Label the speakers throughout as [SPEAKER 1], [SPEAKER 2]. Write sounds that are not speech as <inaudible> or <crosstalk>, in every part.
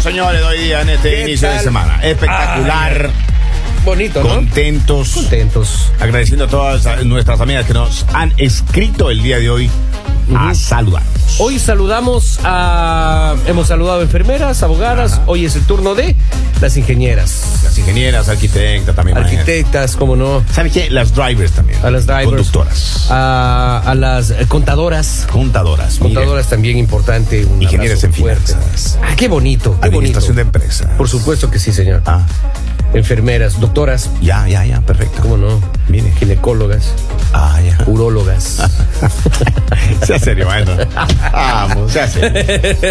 [SPEAKER 1] señores de hoy día en este
[SPEAKER 2] ¿Qué
[SPEAKER 1] inicio de
[SPEAKER 2] tal?
[SPEAKER 1] semana. Espectacular.
[SPEAKER 2] Bonito, ¿no?
[SPEAKER 1] contentos.
[SPEAKER 2] Contentos.
[SPEAKER 1] Agradeciendo a todas nuestras amigas que nos han escrito el día de hoy a saludar.
[SPEAKER 2] Hoy saludamos a. Hemos saludado a enfermeras, abogadas. Hoy es el turno de las ingenieras,
[SPEAKER 1] Las ingenieras, arquitectas también. maestras.
[SPEAKER 2] arquitectas, como no.
[SPEAKER 1] ¿Sabes qué? Las drivers también.
[SPEAKER 2] A las drivers. Ah.
[SPEAKER 1] Conductoras.
[SPEAKER 2] A, a las eh, contadoras.
[SPEAKER 1] Contadoras. miren.
[SPEAKER 2] Contadoras también importante. un
[SPEAKER 1] Ingenieras
[SPEAKER 2] abrazo
[SPEAKER 1] en
[SPEAKER 2] fuerte.
[SPEAKER 1] finanzas.
[SPEAKER 2] Ah, qué bonito. Qué bonito.
[SPEAKER 1] Administración de empresas.
[SPEAKER 2] Por supuesto que sí, señor.
[SPEAKER 1] Ah,
[SPEAKER 2] Enfermeras, doctoras.
[SPEAKER 1] ya, ya, ya, perfecto.
[SPEAKER 2] ¿Cómo no?
[SPEAKER 1] Mire.
[SPEAKER 2] Ginecólogas,
[SPEAKER 1] Ah,
[SPEAKER 2] <laughs>
[SPEAKER 1] ya. <laughs>
[SPEAKER 2] urólogas.
[SPEAKER 1] sea serio, maestro. Vamos, sea serio.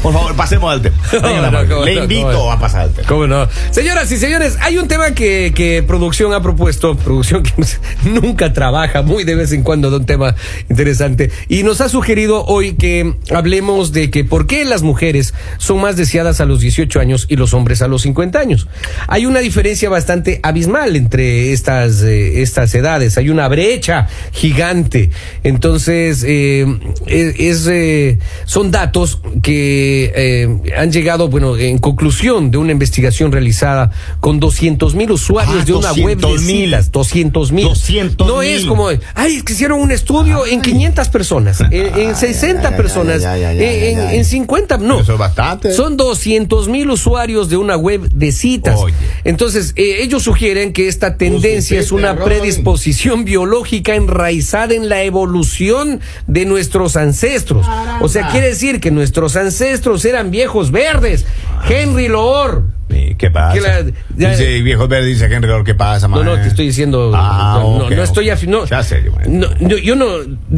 [SPEAKER 1] Por favor, pasemos al tema.
[SPEAKER 2] <laughs>
[SPEAKER 1] Venga,
[SPEAKER 2] No, no,
[SPEAKER 1] Mario.
[SPEAKER 2] cómo
[SPEAKER 1] Le
[SPEAKER 2] no,
[SPEAKER 1] invito
[SPEAKER 2] cómo
[SPEAKER 1] a pasar al tema.
[SPEAKER 2] ¿Cómo no? Señoras y señores, hay un tema que, que producción ha propuesto, producción que <laughs> nunca trabaja, muy de vez en cuando de un tema interesante, y nos ha sugerido hoy que hablemos de que por qué las mujeres son más deseadas a los 18 años y los hombres a los 50 años. Hay una diferencia bastante abismal entre estas, eh, estas edades, hay una brecha gigante. Entonces, eh, es, es, eh, son datos que eh, han llegado, bueno, en conclusión de una investigación realizada con 200 mil usuarios
[SPEAKER 1] Ah,
[SPEAKER 2] de una web de
[SPEAKER 1] 200.000.
[SPEAKER 2] citas. 200 mil.
[SPEAKER 1] 200.000.
[SPEAKER 2] No es como, ay, es que hicieron un estudio en 500 personas, en, en
[SPEAKER 1] <laughs> Ay, ay,
[SPEAKER 2] 60
[SPEAKER 1] ay,
[SPEAKER 2] personas,
[SPEAKER 1] ay, ay, ay,
[SPEAKER 2] en,
[SPEAKER 1] ay, ay.
[SPEAKER 2] en 50, no.
[SPEAKER 1] Eso es bastante.
[SPEAKER 2] Son 200 mil usuarios de una web de citas.
[SPEAKER 1] Oye.
[SPEAKER 2] Entonces, eh, ellos sugieren que esta tendencia es una
[SPEAKER 1] Roman.
[SPEAKER 2] predisposición <laughs> biológica enraizada en la evolución de nuestros ancestros. O sea, quiere decir que nuestros ancestros eran viejos verdes. Henry Loor.
[SPEAKER 1] Sí, ¿Qué pasa?
[SPEAKER 2] Que la- ya-
[SPEAKER 1] dice Viejo Verde, dice Henry Lord, ¿qué pasa,
[SPEAKER 2] No,
[SPEAKER 1] maestro?
[SPEAKER 2] no, te estoy diciendo.
[SPEAKER 1] Ah,
[SPEAKER 2] no, no,
[SPEAKER 1] ok,
[SPEAKER 2] no
[SPEAKER 1] ok.
[SPEAKER 2] estoy afi- no,
[SPEAKER 1] Sea serio, maestro.
[SPEAKER 2] no, no, Yo no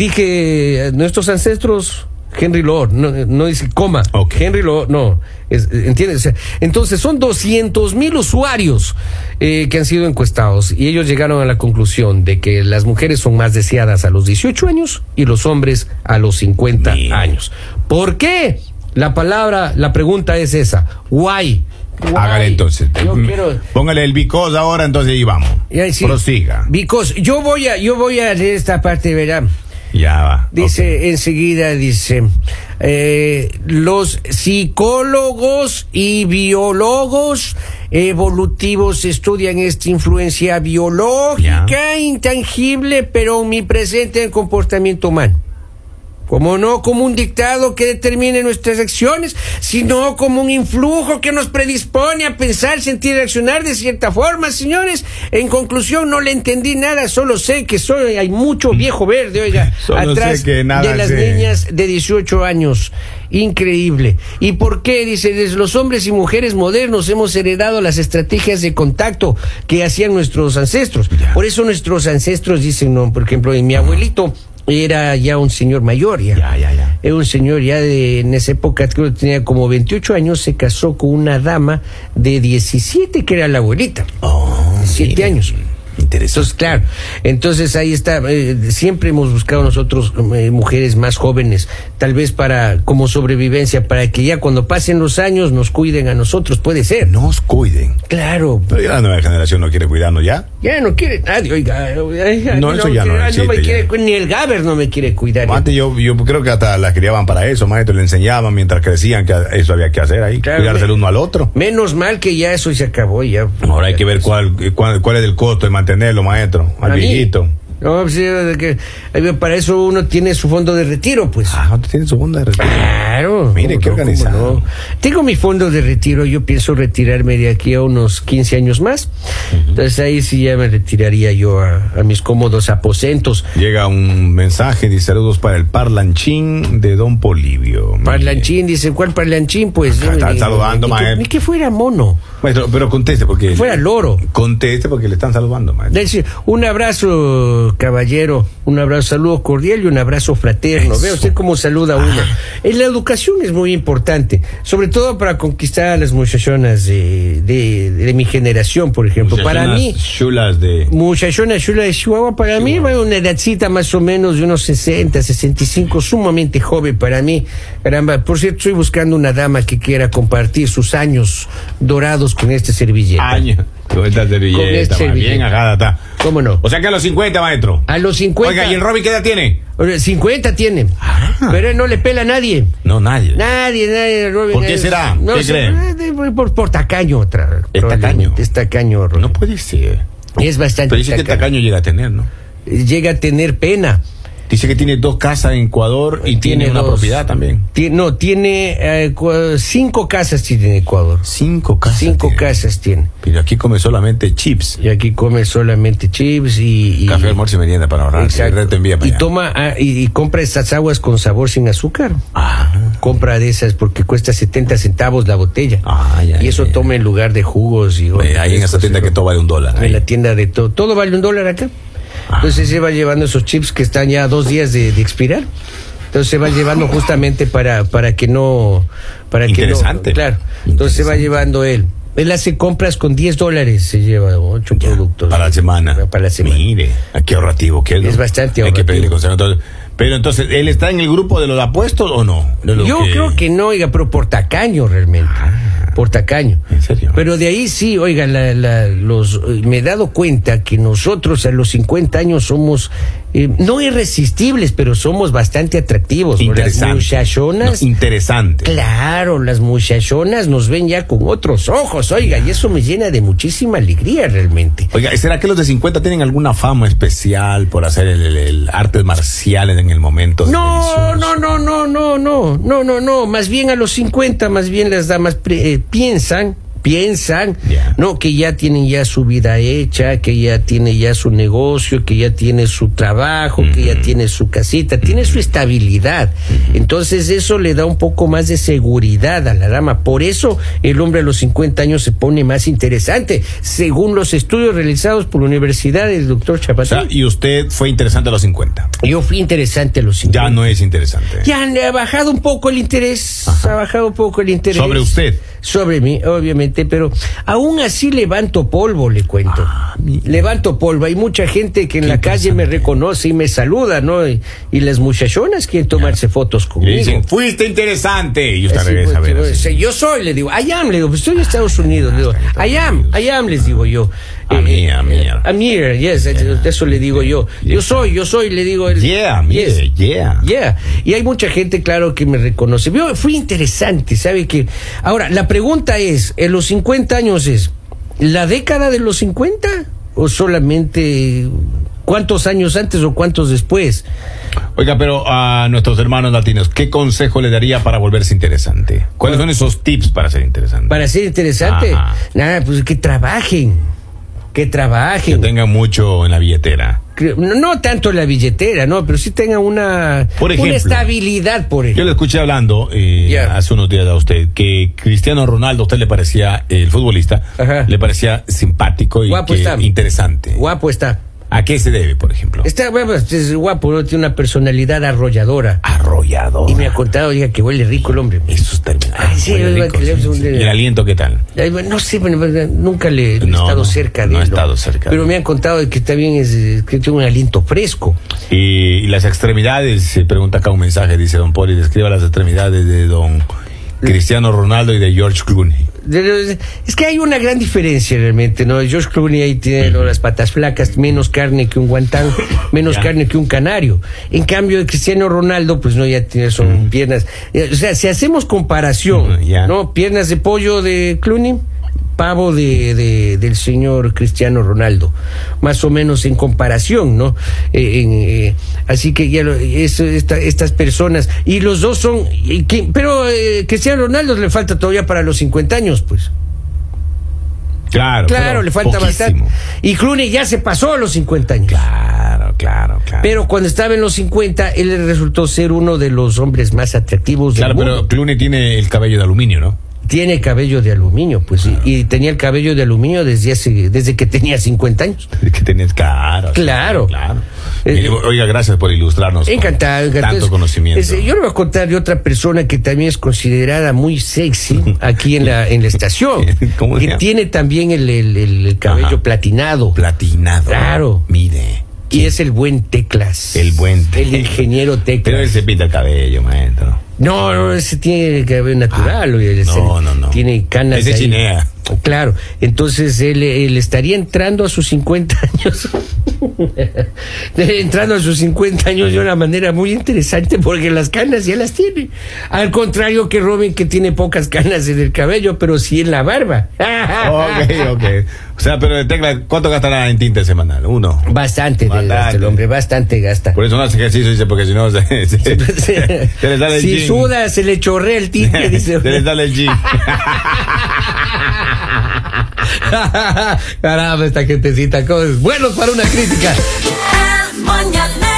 [SPEAKER 2] dije eh, nuestros ancestros. Henry Lord, no, no dice coma.
[SPEAKER 1] Ok.
[SPEAKER 2] Henry Lord, no. Es- eh, ¿Entiendes? O sea, entonces son 200 mil usuarios eh, que han sido encuestados y ellos llegaron a la conclusión de que las mujeres son más deseadas a los 18 años y los hombres a los 50
[SPEAKER 1] Mira.
[SPEAKER 2] años. ¿Por qué? La palabra, la pregunta es esa. Why?
[SPEAKER 1] Hágale
[SPEAKER 2] Why?
[SPEAKER 1] entonces.
[SPEAKER 2] Yo
[SPEAKER 1] Mm,
[SPEAKER 2] quiero.
[SPEAKER 1] Póngale el bicos ahora, entonces y vamos.
[SPEAKER 2] Y ahí sí.
[SPEAKER 1] Prosiga.
[SPEAKER 2] Because yo voy a, yo voy a leer esta parte, verá.
[SPEAKER 1] Ya va.
[SPEAKER 2] Dice enseguida, dice, eh, los psicólogos y biólogos evolutivos estudian esta influencia biológica
[SPEAKER 1] Ya.
[SPEAKER 2] intangible pero omnipresente en el comportamiento humano. Como no como un dictado que determine nuestras acciones, sino como un influjo que nos predispone a pensar, sentir y accionar de cierta forma, señores. En conclusión, no le entendí nada, solo sé que soy, hay mucho viejo verde, oiga,
[SPEAKER 1] <laughs> Solo
[SPEAKER 2] atrás
[SPEAKER 1] sé que nada
[SPEAKER 2] de las
[SPEAKER 1] sé.
[SPEAKER 2] niñas de 18 años. Increíble. ¿Y por qué? Dice, "Des- los hombres y mujeres modernos hemos heredado las estrategias de contacto que hacían nuestros ancestros.
[SPEAKER 1] Ya.
[SPEAKER 2] Por eso nuestros ancestros dicen, no, por ejemplo, en mi abuelito era ya un señor mayor, ya.
[SPEAKER 1] Ya, ya, ya.
[SPEAKER 2] Era un señor ya de, en esa época, creo que tenía como 28 años, se casó con una dama de 17 que era la abuelita.
[SPEAKER 1] Oh,
[SPEAKER 2] Siete
[SPEAKER 1] mire.
[SPEAKER 2] años.
[SPEAKER 1] Interesante.
[SPEAKER 2] Entonces, claro, entonces ahí está, eh, siempre hemos buscado nosotros eh, mujeres más jóvenes, tal vez para como sobrevivencia, para que ya cuando pasen los años nos cuiden a nosotros, puede ser, ¿no?
[SPEAKER 1] Nos cuiden.
[SPEAKER 2] Claro.
[SPEAKER 1] Pero ya la nueva generación no quiere cuidarnos ya.
[SPEAKER 2] Ya no quiere nadie, oiga. oiga,
[SPEAKER 1] No, eso ya no
[SPEAKER 2] quiere- ah, me
[SPEAKER 1] existe,
[SPEAKER 2] quiere
[SPEAKER 1] ya.
[SPEAKER 2] cu- ni el Gaber no me quiere cuidar.
[SPEAKER 1] Antes yo, yo creo que hasta las criaban para eso, maestro. Le enseñaban mientras crecían que eso había que hacer ahí.
[SPEAKER 2] Claro,
[SPEAKER 1] cuidarse el
[SPEAKER 2] me-
[SPEAKER 1] uno al otro.
[SPEAKER 2] Menos mal que ya eso se acabó, ya.
[SPEAKER 1] Ahora hay que ver cuál, cuál, cuál es el costo de mantenerlo, maestro. Al
[SPEAKER 2] Para mí.
[SPEAKER 1] viejito.
[SPEAKER 2] No, pues, eh, que- para eso uno tiene su fondo de retiro, pues.
[SPEAKER 1] Ah, tiene su onda de respeto.
[SPEAKER 2] Claro. ¿cómo
[SPEAKER 1] Mire, qué
[SPEAKER 2] no, cómo
[SPEAKER 1] organizado.
[SPEAKER 2] no? Tengo mi fondo de retiro, yo pienso retirarme de aquí a unos 15 años más. Entonces ahí sí ya me retiraría yo a, a mis cómodos aposentos.
[SPEAKER 1] Llega un mensaje, dice saludos para el parlanchín de Don Polivio.
[SPEAKER 2] Parlanchín, dice, ¿cuál parlanchín? Pues.
[SPEAKER 1] Acá están
[SPEAKER 2] eh,
[SPEAKER 1] saludando,
[SPEAKER 2] ni que-
[SPEAKER 1] maestro.
[SPEAKER 2] Ni que fuera mono.
[SPEAKER 1] Maestro, pero conteste porque...
[SPEAKER 2] Fuera loro.
[SPEAKER 1] Conteste porque le están saludando, maestro.
[SPEAKER 2] Dice, un abrazo, caballero, un abrazo, saludo cordial y un abrazo fraterno.
[SPEAKER 1] Eso. Ah.
[SPEAKER 2] Vea usted cómo saluda uno. Eh, la educación es muy importante, sobre todo para conquistar a las muchachonas de, de- de mi generación, por ejemplo. para mí,
[SPEAKER 1] Muchachonas chulas de...
[SPEAKER 2] muchachona chula de Chihuahua, para mí va una edadcita más o menos de unos 60, 65, sumamente joven para mí. Caramba, por cierto, estoy buscando una dama que quiera compartir sus años dorados con este servilleta.
[SPEAKER 1] Año. Con esta servilleta,
[SPEAKER 2] Con este esta
[SPEAKER 1] ma, bien
[SPEAKER 2] servilleta.
[SPEAKER 1] ajada está.
[SPEAKER 2] ¿Cómo no?
[SPEAKER 1] O sea que a los 50, maestro.
[SPEAKER 2] A los 50.
[SPEAKER 1] Oiga, ¿y el Robin qué edad tiene?
[SPEAKER 2] Oye, 50 tiene.
[SPEAKER 1] Ah.
[SPEAKER 2] Pero él no le pela a nadie.
[SPEAKER 1] No, nadie.
[SPEAKER 2] Nadie, nadie. Robin,
[SPEAKER 1] ¿Por qué
[SPEAKER 2] nadie.
[SPEAKER 1] será?
[SPEAKER 2] No
[SPEAKER 1] ¿Qué
[SPEAKER 2] sé,
[SPEAKER 1] creen?
[SPEAKER 2] eh, Por, por tacaño otra.
[SPEAKER 1] Es
[SPEAKER 2] probablemente.
[SPEAKER 1] tacaño.
[SPEAKER 2] Es tacaño, Robin.
[SPEAKER 1] No puede ser.
[SPEAKER 2] Es bastante
[SPEAKER 1] Pero dice que
[SPEAKER 2] tacaño.
[SPEAKER 1] tacaño llega a tener, ¿no?
[SPEAKER 2] Llega a tener pena.
[SPEAKER 1] Dice que tiene dos casas en Ecuador y tiene, una
[SPEAKER 2] dos-
[SPEAKER 1] propiedad también.
[SPEAKER 2] Ti- no, tiene eh, cua- cinco casas tiene en Ecuador.
[SPEAKER 1] Cinco casas.
[SPEAKER 2] cinco
[SPEAKER 1] tiene.
[SPEAKER 2] casas tiene.
[SPEAKER 1] Pero aquí come solamente chips.
[SPEAKER 2] Y aquí come solamente chips y... y-
[SPEAKER 1] Café, almuerzo Ah, y merienda para ahorrar. El
[SPEAKER 2] Exacto.
[SPEAKER 1] resto envía para
[SPEAKER 2] y
[SPEAKER 1] allá.
[SPEAKER 2] toma ah, y, y compra estas aguas con sabor sin azúcar.
[SPEAKER 1] Ah,
[SPEAKER 2] Compra de esas porque cuesta 70 centavos la botella.
[SPEAKER 1] Ah, ya,
[SPEAKER 2] y
[SPEAKER 1] ya,
[SPEAKER 2] eso
[SPEAKER 1] ya.
[SPEAKER 2] toma en lugar de jugos y
[SPEAKER 1] eh, ahí en esa tienda que todo vale un dólar.
[SPEAKER 2] En
[SPEAKER 1] ahí.
[SPEAKER 2] la tienda de todo. Todo vale un dólar acá.
[SPEAKER 1] Ah.
[SPEAKER 2] Entonces se va llevando esos chips que están ya a dos días de, de expirar. Entonces se va
[SPEAKER 1] Ah.
[SPEAKER 2] llevando justamente para, para que no. Para que no-
[SPEAKER 1] Interesante.
[SPEAKER 2] claro. Entonces se va
[SPEAKER 1] Interesante.
[SPEAKER 2] llevando él. Él hace compras con 10 dólares, se lleva ocho
[SPEAKER 1] Ya,
[SPEAKER 2] productos.
[SPEAKER 1] Para la semana.
[SPEAKER 2] Para la semana.
[SPEAKER 1] Mire, ah, qué ahorrativo que es. ¿no?
[SPEAKER 2] Es bastante
[SPEAKER 1] Hay que
[SPEAKER 2] ahorrativo.
[SPEAKER 1] pedirle consejo. entonces. pero entonces, ¿él está en el grupo de los apuestos o no? De los
[SPEAKER 2] Yo creo que no, oiga, pero por tacaño realmente.
[SPEAKER 1] Ah.
[SPEAKER 2] Por tacaño.
[SPEAKER 1] ¿En serio?
[SPEAKER 2] Pero de ahí sí, oiga, la- la- los, eh, me he dado cuenta que nosotros a los 50 años somos, eh, no irresistibles, pero somos bastante atractivos. ¿no? Las
[SPEAKER 1] Interesante.
[SPEAKER 2] muchachonas.
[SPEAKER 1] No, interesante.
[SPEAKER 2] Claro, las muchachonas nos ven ya con otros ojos, oiga, y eso me llena de muchísima alegría realmente.
[SPEAKER 1] Oiga, ¿será que los de 50 tienen alguna fama especial por hacer el, el- el artes marciales en el momento?
[SPEAKER 2] No, no,
[SPEAKER 1] delicioso?
[SPEAKER 2] no, no, no, no, no, no, no. Más bien a los 50, más bien las damas pre- eh, piensan, piensan,
[SPEAKER 1] Ya.
[SPEAKER 2] no, que ya tienen ya su vida hecha, que ya tiene ya su negocio, que ya tiene su trabajo, que ya tiene su casita, tiene su estabilidad. Entonces eso le da un poco más de seguridad a la dama. Por eso el hombre a los 50 años se pone más interesante, según los estudios realizados por la Universidad del doctor
[SPEAKER 1] O sea,
[SPEAKER 2] Chapatín.
[SPEAKER 1] y usted fue interesante a los 50.
[SPEAKER 2] Yo fui interesante a los 50.
[SPEAKER 1] Ya no es interesante.
[SPEAKER 2] Ya han- ha bajado un poco el interés, ha bajado un poco el interés.
[SPEAKER 1] Sobre usted.
[SPEAKER 2] Sobre mí, obviamente, pero aún así levanto polvo, le cuento.
[SPEAKER 1] Ah,
[SPEAKER 2] levanto polvo. Hay mucha gente que en la calle me reconoce y me saluda, ¿no? Y, y las muchachonas quieren tomarse fotos
[SPEAKER 1] Y le
[SPEAKER 2] conmigo.
[SPEAKER 1] dicen, fuiste interesante. Y usted
[SPEAKER 2] Así,
[SPEAKER 1] regresa a
[SPEAKER 2] pues,
[SPEAKER 1] ver.
[SPEAKER 2] yo,
[SPEAKER 1] así. Ah,
[SPEAKER 2] sé, yo soy, le digo, I am, le digo, pues estoy en Estados Unidos, le digo, I am, I am, les digo yo. Eh,
[SPEAKER 1] A mí, a mí.
[SPEAKER 2] A mí, yes, eso le digo yo. Yo soy, yo soy, le digo. el-
[SPEAKER 1] Yeah, mire,
[SPEAKER 2] yes.
[SPEAKER 1] yeah.
[SPEAKER 2] Yeah. Y hay mucha gente, claro, que me reconoce. Yo fui interesante, ¿sabe que Ahora, la pregunta es, en los 50 años es, ¿la década de los 50 o solamente cuántos años antes o cuántos después?
[SPEAKER 1] Oiga, pero a nuestros hermanos latinos, ¿qué consejo le daría para volverse interesante? ¿Cuáles son esos tips para ser interesante?
[SPEAKER 2] Para ser interesante,
[SPEAKER 1] Ajá.
[SPEAKER 2] nada, pues que trabajen, que
[SPEAKER 1] que
[SPEAKER 2] trabajen.
[SPEAKER 1] tenga mucho en la billetera.
[SPEAKER 2] Creo- No, no tanto la billetera, no, pero sí tengan una,
[SPEAKER 1] Por ejemplo.
[SPEAKER 2] una estabilidad por
[SPEAKER 1] Yo
[SPEAKER 2] ejemplo.
[SPEAKER 1] le escuché hablando eh,
[SPEAKER 2] Ya.
[SPEAKER 1] hace unos días a usted que Cristiano Ronaldo, a usted le parecía, eh, el futbolista,
[SPEAKER 2] Ajá.
[SPEAKER 1] le parecía simpático y
[SPEAKER 2] Guapo
[SPEAKER 1] que
[SPEAKER 2] está.
[SPEAKER 1] interesante.
[SPEAKER 2] Guapo está.
[SPEAKER 1] ¿A qué se debe, por ejemplo?
[SPEAKER 2] Está bueno, pues, es guapo, ¿no? tiene una personalidad arrolladora.
[SPEAKER 1] Arrollador.
[SPEAKER 2] Y me ha contado, oiga, que huele rico el hombre.
[SPEAKER 1] Esos términos. Ah,
[SPEAKER 2] Ay, sí,
[SPEAKER 1] Huele
[SPEAKER 2] es verdad
[SPEAKER 1] rico,
[SPEAKER 2] que le hace un-
[SPEAKER 1] ¿Y el aliento qué tal?
[SPEAKER 2] Ay, bueno, No sé, bueno, bueno, nunca le he
[SPEAKER 1] No,
[SPEAKER 2] estado
[SPEAKER 1] no,
[SPEAKER 2] cerca de
[SPEAKER 1] no he
[SPEAKER 2] él,
[SPEAKER 1] estado cerca de
[SPEAKER 2] Pero
[SPEAKER 1] él.
[SPEAKER 2] me han contado de que también es, eh, que tiene un aliento fresco.
[SPEAKER 1] Y, y las extremidades, se pregunta acá un mensaje, dice Don Poli, describa las extremidades de Don Cristiano Ronaldo y de George Clooney.
[SPEAKER 2] De- Es que hay una gran diferencia realmente, ¿no? George Clooney ahí tiene ¿no? las patas flacas, menos carne que un guantán, menos
[SPEAKER 1] Ya.
[SPEAKER 2] carne que un canario. En cambio, Cristiano Ronaldo, pues no, ya tiene son piernas. eh, O sea, si hacemos comparación,
[SPEAKER 1] Mm, ya.
[SPEAKER 2] ¿no? Piernas de pollo de Clooney, pavo de, de- del señor Cristiano Ronaldo. Más o menos en comparación, ¿no? Eh, en, eh, así que ya lo- eso- esta- estas personas. Y los dos son. y que- pero eh, Cristiano Ronaldo le falta todavía para los 50 años, pues.
[SPEAKER 1] Claro.
[SPEAKER 2] Claro,
[SPEAKER 1] pero
[SPEAKER 2] le falta
[SPEAKER 1] poquísimo.
[SPEAKER 2] bastante. Y Clooney ya se pasó a los 50 años.
[SPEAKER 1] Claro, claro, claro.
[SPEAKER 2] Pero cuando estaba en los 50, él le resultó ser uno de los hombres más atractivos del
[SPEAKER 1] claro,
[SPEAKER 2] mundo.
[SPEAKER 1] pero Clooney tiene el cabello de aluminio, ¿no?
[SPEAKER 2] Tiene cabello de aluminio, pues, y- y, tenía el cabello de aluminio desde, hace- desde que tenía 50 años.
[SPEAKER 1] Es que tenés claro.
[SPEAKER 2] Claro.
[SPEAKER 1] Claro.
[SPEAKER 2] Eh,
[SPEAKER 1] Mire, oiga, gracias por ilustrarnos. con
[SPEAKER 2] Encantado, encantado.
[SPEAKER 1] Tanto
[SPEAKER 2] Es-
[SPEAKER 1] conocimiento.
[SPEAKER 2] es- yo le voy a contar de otra persona que también es considerada muy
[SPEAKER 1] <laughs>
[SPEAKER 2] sexy aquí en la, en la estación.
[SPEAKER 1] ¿Cómo se
[SPEAKER 2] que
[SPEAKER 1] llama?
[SPEAKER 2] tiene también el, el- el- el cabello
[SPEAKER 1] Ajá.
[SPEAKER 2] platinado.
[SPEAKER 1] Platinado.
[SPEAKER 2] Claro.
[SPEAKER 1] Mire.
[SPEAKER 2] y es el buen Teclas.
[SPEAKER 1] El buen
[SPEAKER 2] El
[SPEAKER 1] Teclas.
[SPEAKER 2] ingeniero Teclas.
[SPEAKER 1] Pero él se pinta el
[SPEAKER 2] <laughs>
[SPEAKER 1] cabello, maestro.
[SPEAKER 2] No, no, ese tiene el cabello natural.
[SPEAKER 1] Ah,
[SPEAKER 2] oye, ese
[SPEAKER 1] no, no, no.
[SPEAKER 2] Tiene canas.
[SPEAKER 1] Ese
[SPEAKER 2] ahí. Oh,
[SPEAKER 1] chinea. tiempo.
[SPEAKER 2] Claro, entonces él, él estaría entrando a sus 50 años. <laughs> entrando a sus 50 años de una manera muy interesante porque las canas ya las tiene. Al contrario que Robin que tiene pocas canas en el cabello, pero sí en la barba. <laughs>
[SPEAKER 1] ok, ok. O sea, pero de tecla, ¿cuánto gastará en tinte semanal? Uno.
[SPEAKER 2] Bastante, de
[SPEAKER 1] Bastante.
[SPEAKER 2] gasto, el hombre, bastante gasta. <laughs>
[SPEAKER 1] Por eso no hace ejercicio, dice, porque si no <laughs> se, se- se les sale el
[SPEAKER 2] pues, si
[SPEAKER 1] jean. <laughs>
[SPEAKER 2] suda, se le chorrea el tinte, dice.
[SPEAKER 1] se les sale el
[SPEAKER 2] <laughs>
[SPEAKER 1] jean.
[SPEAKER 2] <laughs> Caramba, esta gentecita, cosas buenos para una crítica.
[SPEAKER 3] El mañanero